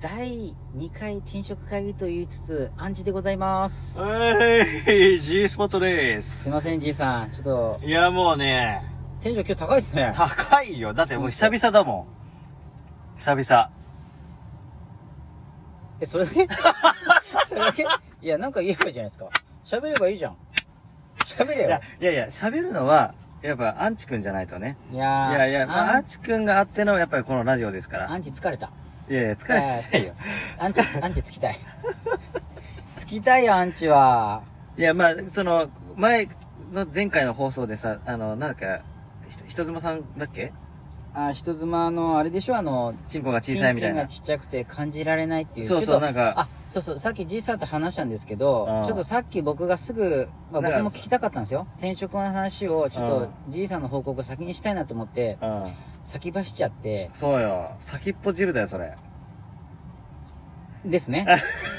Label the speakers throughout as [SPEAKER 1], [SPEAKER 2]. [SPEAKER 1] 第2回転職会議と言いつつ、暗示でございます。
[SPEAKER 2] はい、G スポットですす
[SPEAKER 1] い。ません、じいさん。ちょっと、
[SPEAKER 2] いや、もうね、
[SPEAKER 1] テンション今日高いですね。
[SPEAKER 2] 高いよ。だってもう久々だもん。久々。
[SPEAKER 1] え、それだけ それだけいや、なんか言えばいいじゃないですか。喋ればいいじゃん。喋れ
[SPEAKER 2] い
[SPEAKER 1] よ
[SPEAKER 2] や。、いやいや、喋るのは、やっぱ、アンチくんじゃないとね。
[SPEAKER 1] い
[SPEAKER 2] い
[SPEAKER 1] やー
[SPEAKER 2] やいや、まあ、
[SPEAKER 1] あ
[SPEAKER 2] アンチくんがあっての、やっぱりこのラジオですか
[SPEAKER 1] んア
[SPEAKER 2] ら。
[SPEAKER 1] ンチ疲れた。
[SPEAKER 2] いやいや、疲れてないよ。
[SPEAKER 1] アンチ、アンチつきたい。つきたいよ、アンチは。
[SPEAKER 2] いや、まあ、その、前の、前回の放送でさ、あの、なんか、ひと人妻さんだっけ
[SPEAKER 1] あ、人妻の、あれでしょ、あの、
[SPEAKER 2] チンコが小
[SPEAKER 1] チ
[SPEAKER 2] さい
[SPEAKER 1] ン
[SPEAKER 2] み
[SPEAKER 1] チ
[SPEAKER 2] た
[SPEAKER 1] ン
[SPEAKER 2] い
[SPEAKER 1] が
[SPEAKER 2] な。
[SPEAKER 1] ちっちゃくて感じられないっていう。
[SPEAKER 2] そうそう
[SPEAKER 1] ちょっと
[SPEAKER 2] なんか
[SPEAKER 1] あ、そうそう、さっきじいさんと話したんですけど
[SPEAKER 2] う、ん
[SPEAKER 1] ちょっとさっき僕がすぐ、まあ、
[SPEAKER 2] なん
[SPEAKER 1] 僕
[SPEAKER 2] か
[SPEAKER 1] も聞きたかったんですよ。転職の話を、ちょっ
[SPEAKER 2] う
[SPEAKER 1] と
[SPEAKER 2] ん
[SPEAKER 1] じいさんの報告を先にしたいなと思って、
[SPEAKER 2] うん。
[SPEAKER 1] 先走っちゃって、
[SPEAKER 2] そうよ。先っぽ汁だよ、それ。
[SPEAKER 1] です ね。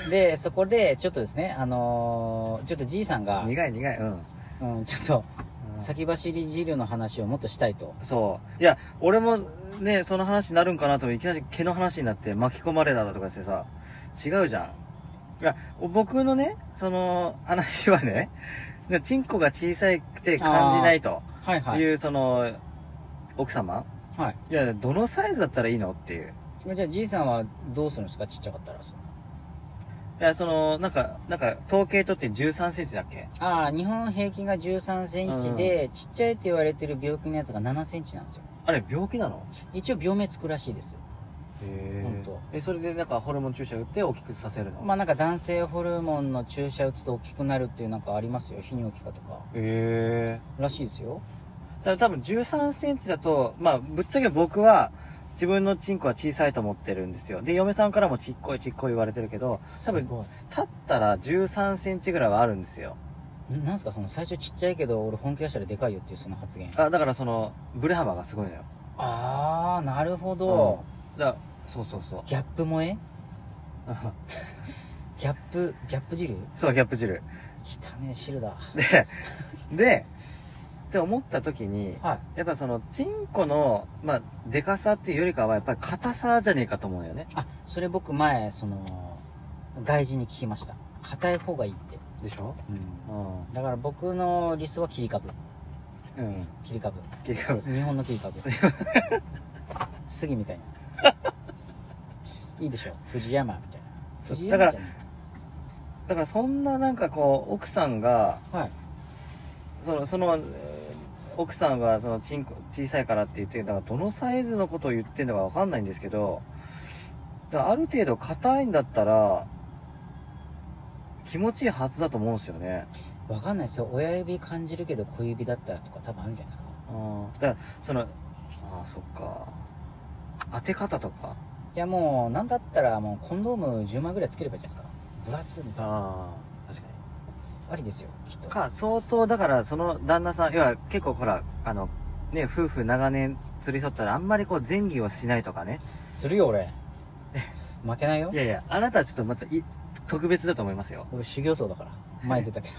[SPEAKER 1] で、そこで、ちょっとですね、あのーちょっとじいさんが、
[SPEAKER 2] 苦い苦い。うん。
[SPEAKER 1] うん、ちょっと、先走り汁の話をもっとしたいと。
[SPEAKER 2] そう。いや、俺もね、その話になるんかなと思っていきなり毛の話になって巻き込まれただとかしてさ、違うじゃん。いや、僕のね、その話はね、チンコが小さくて感じないと
[SPEAKER 1] はいはいい。
[SPEAKER 2] う、その、奥様
[SPEAKER 1] はい。
[SPEAKER 2] いや、どのサイズだったらいいのっていう。
[SPEAKER 1] じゃあじいさんはどうするんですかちっちゃかったら。
[SPEAKER 2] いや、その、なんか、なんか、統計取って13センチだっけ
[SPEAKER 1] ああ、日本平均が13センチで、ちっちゃいって言われてる病気のやつが7センチなんですよ。
[SPEAKER 2] あれ、病気なの
[SPEAKER 1] 一応病名つくらしいですよ。
[SPEAKER 2] へ
[SPEAKER 1] ほんと
[SPEAKER 2] え、それでなんか、ホルモン注射打って大きくさせるの
[SPEAKER 1] まあなんか男性ホルモンの注射打つと大きくなるっていうなんかありますよ。泌尿器科とか。
[SPEAKER 2] へえ。
[SPEAKER 1] らしいですよ。
[SPEAKER 2] だ多分13センチだと、まあ、ぶっちゃけ僕は、自分のチンコは小さいと思ってるんですよ。で、嫁さんからもちっこいちっこい言われてるけど、多分
[SPEAKER 1] す、ごい
[SPEAKER 2] 立ったら13センチぐらいはあるんですよ。
[SPEAKER 1] ななんすかその最初ちっちゃいけど俺本気出したらでかいよっていうその発言。
[SPEAKER 2] あ、だからその、ブレ幅がすごいのよ。
[SPEAKER 1] ああ、なるほど。
[SPEAKER 2] うんだそうそうそう。
[SPEAKER 1] ギャップ萌えギャップ、ギャップ汁
[SPEAKER 2] そう、ギャップ汁。
[SPEAKER 1] 汚ねえ汁だ。
[SPEAKER 2] で、で、って思った時に、
[SPEAKER 1] はい。
[SPEAKER 2] やっぱその、チンコの、まあ、でかさっていうよりかは、やっぱり硬さじゃねえかと思うよね。
[SPEAKER 1] あ、それ僕前、その、外人に聞きました。硬い方がいいって。
[SPEAKER 2] でしょ
[SPEAKER 1] うん。
[SPEAKER 2] う
[SPEAKER 1] だから僕の理想は切り株。
[SPEAKER 2] ん。うん。
[SPEAKER 1] 切り株。
[SPEAKER 2] 結構
[SPEAKER 1] 日本の切り 株。杉みたいな。いいでしょ。藤山みたいな。
[SPEAKER 2] そう
[SPEAKER 1] 藤山じゃない
[SPEAKER 2] だからそんななんかこう奥さんが
[SPEAKER 1] はい。
[SPEAKER 2] そのそのえー奥さんがそのチンコ小さいからって言ってだからどのサイズのことを言ってんのかわかんないんですけどだからある程度硬いんだったら気持ちいいはずだと思うんですよね
[SPEAKER 1] わかんないですよ。親指感じるけど小指だったらとか多分あるんじゃないですか。
[SPEAKER 2] うんだからそのああそっか当て方とか
[SPEAKER 1] いやもう、なんだったらもうコンドーム10枚ぐらいつければいいじゃないですか。分厚いみたいな。
[SPEAKER 2] ああ確か
[SPEAKER 1] ありですよ、きっと。
[SPEAKER 2] か相当だからその旦那さん要は結構ほらあのね夫婦長年連れ添ったらあんまりこう前儀をしないとかね
[SPEAKER 1] するよ、 俺。負けないよ
[SPEAKER 2] い。やいや、あなたはちょっとまたい特別だと思いますよ。
[SPEAKER 1] 俺修行僧だから。前出たけど。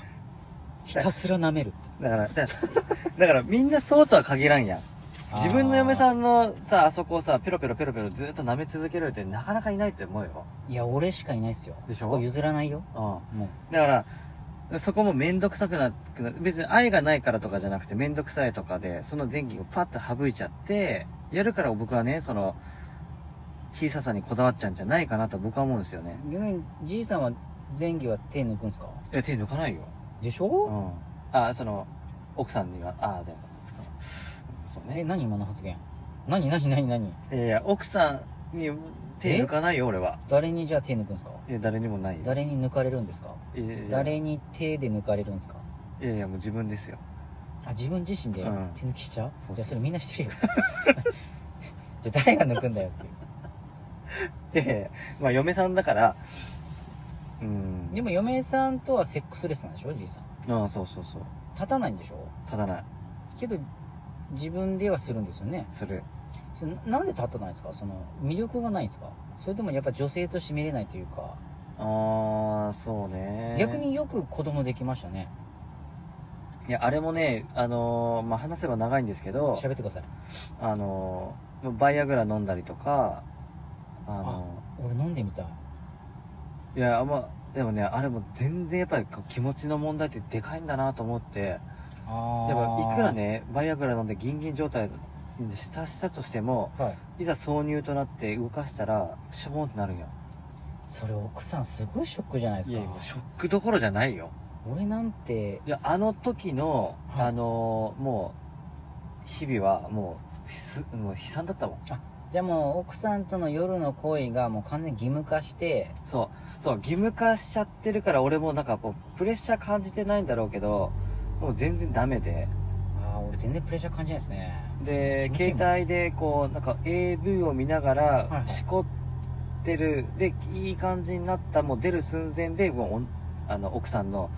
[SPEAKER 1] ひたすら舐めるって。
[SPEAKER 2] だから、だ だからみんなそうとは限らんやん。自分の嫁
[SPEAKER 1] ん
[SPEAKER 2] さんのさ、あそこをさ、ペロペロペロペロずっと舐め続けられてなかなかいないって思うよ。
[SPEAKER 1] いや、俺しかいないっすよ。
[SPEAKER 2] でしょ
[SPEAKER 1] そこ譲らないよ。
[SPEAKER 2] う
[SPEAKER 1] もう。
[SPEAKER 2] ん。だから、そこもめんどくさくなって、別に愛がないからとかじゃなくてめんどくさいとかで、その前期をパッと省いちゃって、やるから僕はね、その、小ささにこだわっちゃうんじゃないかなと僕は思うんですよね。
[SPEAKER 1] 逆に、じいさんは前儀は手抜くんすか
[SPEAKER 2] いや、手抜かないよ。
[SPEAKER 1] でし
[SPEAKER 2] う
[SPEAKER 1] ょ
[SPEAKER 2] ん。あ、その、奥さんには、あ、でも奥さん。そうね
[SPEAKER 1] え、。何今の発言何何何何
[SPEAKER 2] いやいや、奥さんに手抜かないよ、俺は。
[SPEAKER 1] 誰にじゃあ手抜くんすか
[SPEAKER 2] いや、誰にもないよ。
[SPEAKER 1] 誰に抜かれるんですか
[SPEAKER 2] いやいやいや
[SPEAKER 1] 誰に手で抜かれるんですか
[SPEAKER 2] いやいや、もう自分ですよ。
[SPEAKER 1] あ、自分自身で
[SPEAKER 2] うん
[SPEAKER 1] 手抜きしちゃう
[SPEAKER 2] そうそ
[SPEAKER 1] いや、
[SPEAKER 2] うそう
[SPEAKER 1] それみんなしてるよ。 じゃあ誰が抜くんだよっていう。
[SPEAKER 2] いやいや、まあ、嫁さんだから、うん。
[SPEAKER 1] でも嫁さんとはセックスレスなんでしょじいさん。
[SPEAKER 2] ああ、そうそうそう。
[SPEAKER 1] 立たないんでしょ
[SPEAKER 2] 立たない。
[SPEAKER 1] けど、自分ではするんですよね。
[SPEAKER 2] する。
[SPEAKER 1] それななんで立たないんですかその、魅力がないんですかそれともやっぱ女性として見れないというか、
[SPEAKER 2] ああ、そうね。
[SPEAKER 1] 逆。によく子供できましたね。
[SPEAKER 2] いや、あれもね、あのーまあ、話せば長いんですけど、
[SPEAKER 1] 喋ってください。
[SPEAKER 2] あのーバイアグラ飲んだりとか、あの
[SPEAKER 1] 俺飲んでみたい
[SPEAKER 2] いや、まあ、でもね、あれも全然やっぱりこう気持ちの問題ってでかいんだなと思って、
[SPEAKER 1] あ
[SPEAKER 2] やっぱいくら
[SPEAKER 1] ね、
[SPEAKER 2] ね、バイアグラ飲んでギンギン状態でしたしたとしても、
[SPEAKER 1] はい、
[SPEAKER 2] いざ挿入となって動かしたら、しょぼんってなるんよ。
[SPEAKER 1] それ奥さんすごいショックじゃないです
[SPEAKER 2] い
[SPEAKER 1] か
[SPEAKER 2] や、もうショックどころじゃないよ。
[SPEAKER 1] 俺なんて
[SPEAKER 2] いや、あの時の、
[SPEAKER 1] はい
[SPEAKER 2] あのーもう、日々はもう、す、もう悲惨だったもん。
[SPEAKER 1] じゃあもう奥さんとの夜の恋がもう完全に義務化して
[SPEAKER 2] そう、そう、義務化しちゃってるから、俺もなんかこう、プレッシャー感じてないんだろうけど、もう全然ダメで。
[SPEAKER 1] ああ俺全然プレッシャー感じないですね
[SPEAKER 2] で、
[SPEAKER 1] 気持ちいい
[SPEAKER 2] 携
[SPEAKER 1] もん
[SPEAKER 2] 帯でこう、なんか AV を見なが
[SPEAKER 1] いは
[SPEAKER 2] ら、
[SPEAKER 1] い
[SPEAKER 2] しこってる、で、いい感じになった、もう出る寸前で、もうおん、あの、奥さんの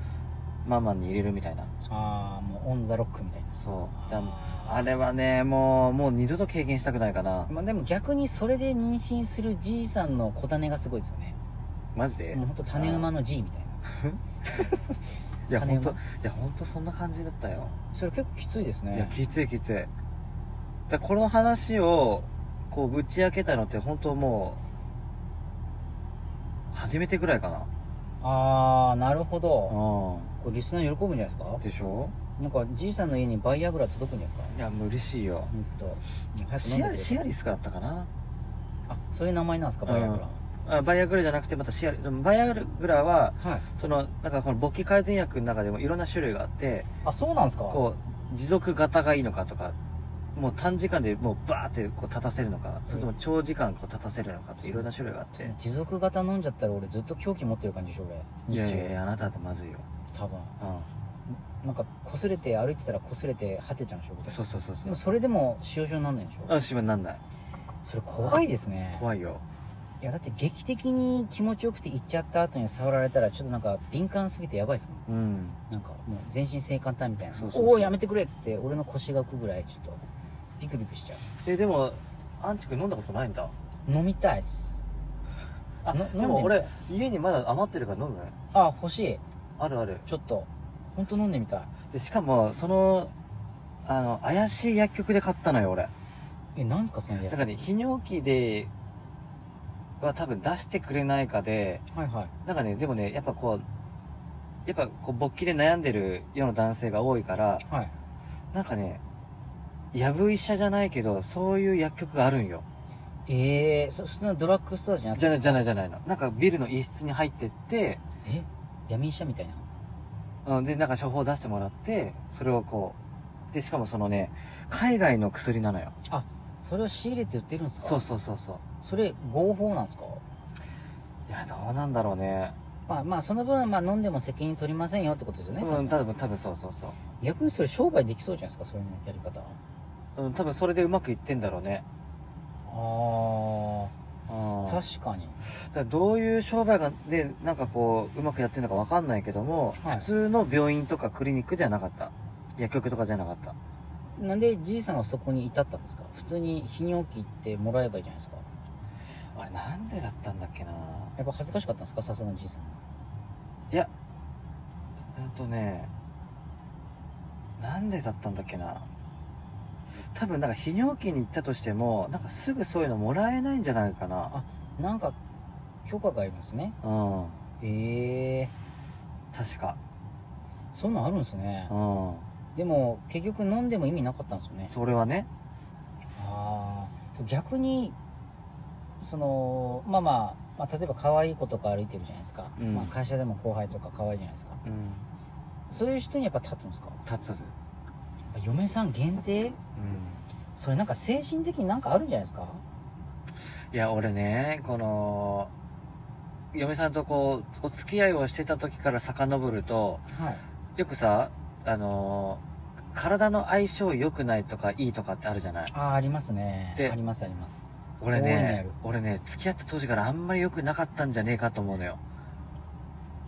[SPEAKER 2] ママに入れるみたいな。
[SPEAKER 1] ああもうオン・ザ・ロックみたいな
[SPEAKER 2] そう。であの
[SPEAKER 1] あ
[SPEAKER 2] あれはね、もう、もう二度と経験したくないかな
[SPEAKER 1] ー。まあでも逆にそれで妊娠するじいさんの小種がすごいですよね
[SPEAKER 2] マジで
[SPEAKER 1] もうほんと種馬のじいみたいない
[SPEAKER 2] や、
[SPEAKER 1] 種
[SPEAKER 2] 本
[SPEAKER 1] 馬
[SPEAKER 2] 当いや、本当そんな感じだったよ。
[SPEAKER 1] それ結構きついです
[SPEAKER 2] いや、
[SPEAKER 1] ね
[SPEAKER 2] きついきつい。だからこの話を、こう、ぶち明けたのって、本当もう、初めてぐらいかな。
[SPEAKER 1] ああなるほど
[SPEAKER 2] う
[SPEAKER 1] これリスナー喜ぶんじゃないですか
[SPEAKER 2] ん。でしょ
[SPEAKER 1] なんかじいさんの家にバイアグラ届くんじゃないですか
[SPEAKER 2] いや、もう嬉しい
[SPEAKER 1] ほ
[SPEAKER 2] よ。
[SPEAKER 1] んと早く飲ん
[SPEAKER 2] シ
[SPEAKER 1] でく
[SPEAKER 2] ア
[SPEAKER 1] れ
[SPEAKER 2] リシアリスかだったかな
[SPEAKER 1] あそういう名前なんですかバイアグラ、
[SPEAKER 2] あバイアグラじゃなくてまたシアリでもバイアグラは
[SPEAKER 1] はい
[SPEAKER 2] そのなんかこの勃起改善薬の中でもいろんな種類があって
[SPEAKER 1] あそうなんですか
[SPEAKER 2] こう持続型がいいのかとかもう短時間でもうバーってこう立たせるのかそれとも長時間こう立たせるのかっていろんな種類があって
[SPEAKER 1] 持続型飲んじゃったら俺ずっと狂気持ってる感じでしょ俺
[SPEAKER 2] いや
[SPEAKER 1] 日中
[SPEAKER 2] いやいやあなたってまずいよ、
[SPEAKER 1] 多分
[SPEAKER 2] う
[SPEAKER 1] なんか擦れて歩いてたら擦れて果てちゃうんでしょ
[SPEAKER 2] ん、
[SPEAKER 1] 僕
[SPEAKER 2] そうそうそう
[SPEAKER 1] で
[SPEAKER 2] そ
[SPEAKER 1] も
[SPEAKER 2] う
[SPEAKER 1] それでも使用上になんないんでしょ
[SPEAKER 2] あ芝になんない
[SPEAKER 1] それ怖いですね
[SPEAKER 2] 怖いよ
[SPEAKER 1] いやだって劇的に気持ちよくて行っちゃった後に触られたらちょっとなんか敏感すぎてやばいですもん
[SPEAKER 2] うん
[SPEAKER 1] なんかもう全身性感帯みたいな
[SPEAKER 2] そうそうそう
[SPEAKER 1] おおやめてくれっつって俺の腰が浮くぐらいちょっとビクビクしちゃう
[SPEAKER 2] えでもアンチ君飲んだことないんだ
[SPEAKER 1] 飲みたいっす
[SPEAKER 2] あ
[SPEAKER 1] の
[SPEAKER 2] でも俺家にまだ余ってるから飲むね
[SPEAKER 1] あ欲しい
[SPEAKER 2] あるある
[SPEAKER 1] ちょっと本当飲んでみたい
[SPEAKER 2] でしかもそのあの怪しい薬局で買ったのよ俺
[SPEAKER 1] えなんすかそのや
[SPEAKER 2] だからね泌尿器では多分出してくれないかで
[SPEAKER 1] はいはい
[SPEAKER 2] なんかねでもねやっぱこうやっぱこう勃起で悩んでる世の男性が多いから
[SPEAKER 1] はい
[SPEAKER 2] なんかねやぶ医者じゃないけどそういう薬局があるんよ
[SPEAKER 1] ええー、そ普通のドラッグストアじゃなく
[SPEAKER 2] じ
[SPEAKER 1] て
[SPEAKER 2] ゃないじゃないじゃないのなんかビルの一室に入ってって、
[SPEAKER 1] え闇医者みたいな
[SPEAKER 2] うん、でなんか処方出してもらってそれをこうでしかもそのね海外の薬なのよ
[SPEAKER 1] それを仕入れて売ってるんですか
[SPEAKER 2] そうそうそうそう
[SPEAKER 1] それ合法なんですか
[SPEAKER 2] いやどうなんだろうね
[SPEAKER 1] まあまあその分まあ飲んでも責任取りませんよってことですよね、
[SPEAKER 2] うん多分多分そうそうそう
[SPEAKER 1] 逆にそれ商売できそうじゃないですかそういうやり方あ
[SPEAKER 2] うん、多分それでうまくいってんだろうね。
[SPEAKER 1] あ
[SPEAKER 2] うん、だか
[SPEAKER 1] 確かに
[SPEAKER 2] らどういう商売が、で、なんかこう、うまくやってんのかわかんないけども、
[SPEAKER 1] はい
[SPEAKER 2] 普通の病院とかクリニックじゃなかった。薬局とかじゃなかった。
[SPEAKER 1] なんでじいさんはそこに至ったんですか普通に泌尿器ってもらえばいいじゃないですか
[SPEAKER 2] あれなんでだったんだっけな
[SPEAKER 1] やっぱ恥ずかしかったんですかさすがにじいさんはい
[SPEAKER 2] や、えっとね、なんでだったんだっけな多分なんか泌尿器に行ったとしても、なんかすぐそういうのもらえないんじゃないかな。
[SPEAKER 1] なんか許可がいるんですね
[SPEAKER 2] うん。
[SPEAKER 1] ええ
[SPEAKER 2] 確か。
[SPEAKER 1] そんなんあるんですね
[SPEAKER 2] うん。
[SPEAKER 1] でも結局飲んでも意味なかったんですよね
[SPEAKER 2] それはね。
[SPEAKER 1] ああ逆にそのまあまあ、まあ、例えば可愛い子とか歩いてるじゃないですか、
[SPEAKER 2] うん
[SPEAKER 1] まあ、会社でも後輩とか可愛いじゃないですか
[SPEAKER 2] うん。
[SPEAKER 1] そういう人にやっぱ立つんですか
[SPEAKER 2] 立つ。ず
[SPEAKER 1] 嫁さん限定
[SPEAKER 2] うん。
[SPEAKER 1] それなんか精神的になんかあるんじゃないですか
[SPEAKER 2] いや俺ねこの嫁さんとこうお付き合いをしてた時から遡ると
[SPEAKER 1] はい
[SPEAKER 2] よくさあの体の相性良くないとかいいとかってあるじゃない
[SPEAKER 1] ああありますね
[SPEAKER 2] で
[SPEAKER 1] ありますあります
[SPEAKER 2] 俺
[SPEAKER 1] 大いにあ
[SPEAKER 2] ね
[SPEAKER 1] る
[SPEAKER 2] 俺ね付き合った当時からあんまり良くなかったんじゃねえかと思うのよ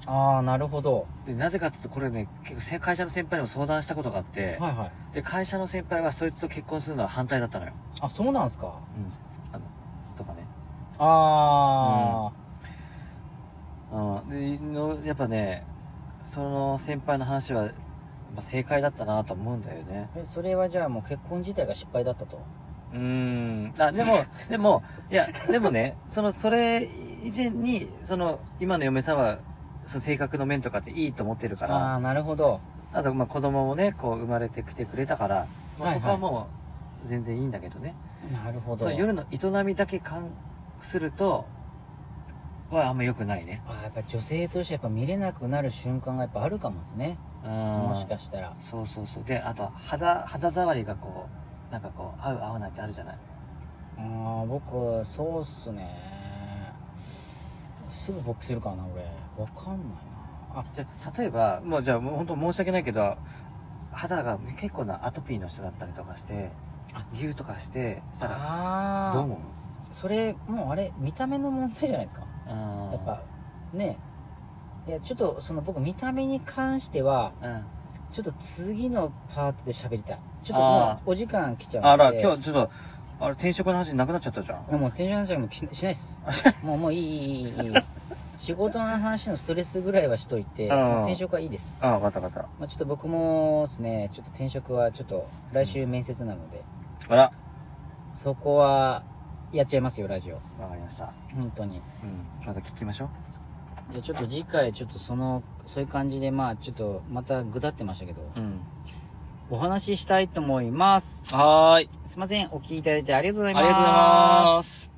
[SPEAKER 1] ああなるほど
[SPEAKER 2] でなぜかっていうとこれね結構せ会社の先輩にも相談したことがあって
[SPEAKER 1] はいはい
[SPEAKER 2] で会社の先輩はそいつと結婚するのは反対だったのよ
[SPEAKER 1] あそうなんですか
[SPEAKER 2] あのとかね
[SPEAKER 1] ああ、
[SPEAKER 2] うんでのやっぱねその先輩の話は、まあ正解だったなと思うんだよね
[SPEAKER 1] えそれはじゃあもう結婚自体が失敗だったと
[SPEAKER 2] うーん。あ、でも、でも、いや、でもね、その、それ以前に、その、今の嫁さんは、その性格の面とかっていいと思ってるか
[SPEAKER 1] あ
[SPEAKER 2] ら、
[SPEAKER 1] あなるほど
[SPEAKER 2] あと、まあ、子供もね、こう、生まれてきてくれたから、まあ、
[SPEAKER 1] はいはい
[SPEAKER 2] そこはもう、全然いいんだけどね。
[SPEAKER 1] なるほ
[SPEAKER 2] そ
[SPEAKER 1] ど
[SPEAKER 2] の夜の営みだけ関すると、はあんま良くないね。
[SPEAKER 1] あーやっぱ女性としてやっぱ見れなくなる瞬間がやっぱあるかもですねも
[SPEAKER 2] も
[SPEAKER 1] しかしたら
[SPEAKER 2] そうそうそう。で、あと、肌、肌触りがこう、なんかこう、合う合わないってあるじゃない。
[SPEAKER 1] あー僕そうっすねすぐ僕するかな俺わかんないなあ
[SPEAKER 2] じゃあ例えばもうじゃあもう本当申し訳ないけど肌が結構なアトピーの人だったりとかして
[SPEAKER 1] あ
[SPEAKER 2] ギューとかしてしたら
[SPEAKER 1] あー
[SPEAKER 2] どう思う
[SPEAKER 1] それもうあれ見た目の問題じゃないですかや
[SPEAKER 2] や
[SPEAKER 1] っぱねいやちょっとその僕見た目に関しては
[SPEAKER 2] うん
[SPEAKER 1] ちょっと次のパートで喋りたいちょっと
[SPEAKER 2] あー
[SPEAKER 1] もうお時間来ちゃう
[SPEAKER 2] あ
[SPEAKER 1] の
[SPEAKER 2] ら
[SPEAKER 1] で
[SPEAKER 2] 今日ちょっとあれ転職の話なくなっちゃったじゃん
[SPEAKER 1] もう転職の話はもうししないっすもうもういいいいいいいいい仕事の話のストレスぐらいはしといて
[SPEAKER 2] あー
[SPEAKER 1] もう転職はいいです、
[SPEAKER 2] ああ分かった分かっ
[SPEAKER 1] まあ、ちょっと僕もですねちょっと転職はちょっと来週面接なので、
[SPEAKER 2] たあら
[SPEAKER 1] そこはやっちゃいますよラジオ
[SPEAKER 2] 分かりました
[SPEAKER 1] 本当に
[SPEAKER 2] うんまた聞きましょう
[SPEAKER 1] じゃあちょっと次回ちょっとそのそういう感じでまあちょっとまたぐだってましたけど、
[SPEAKER 2] うん
[SPEAKER 1] お話ししたいと思います
[SPEAKER 2] はーい
[SPEAKER 1] すいませんお聞きいただいてありがとうご
[SPEAKER 2] あ
[SPEAKER 1] ざ
[SPEAKER 2] り
[SPEAKER 1] い
[SPEAKER 2] が
[SPEAKER 1] ます
[SPEAKER 2] とうございます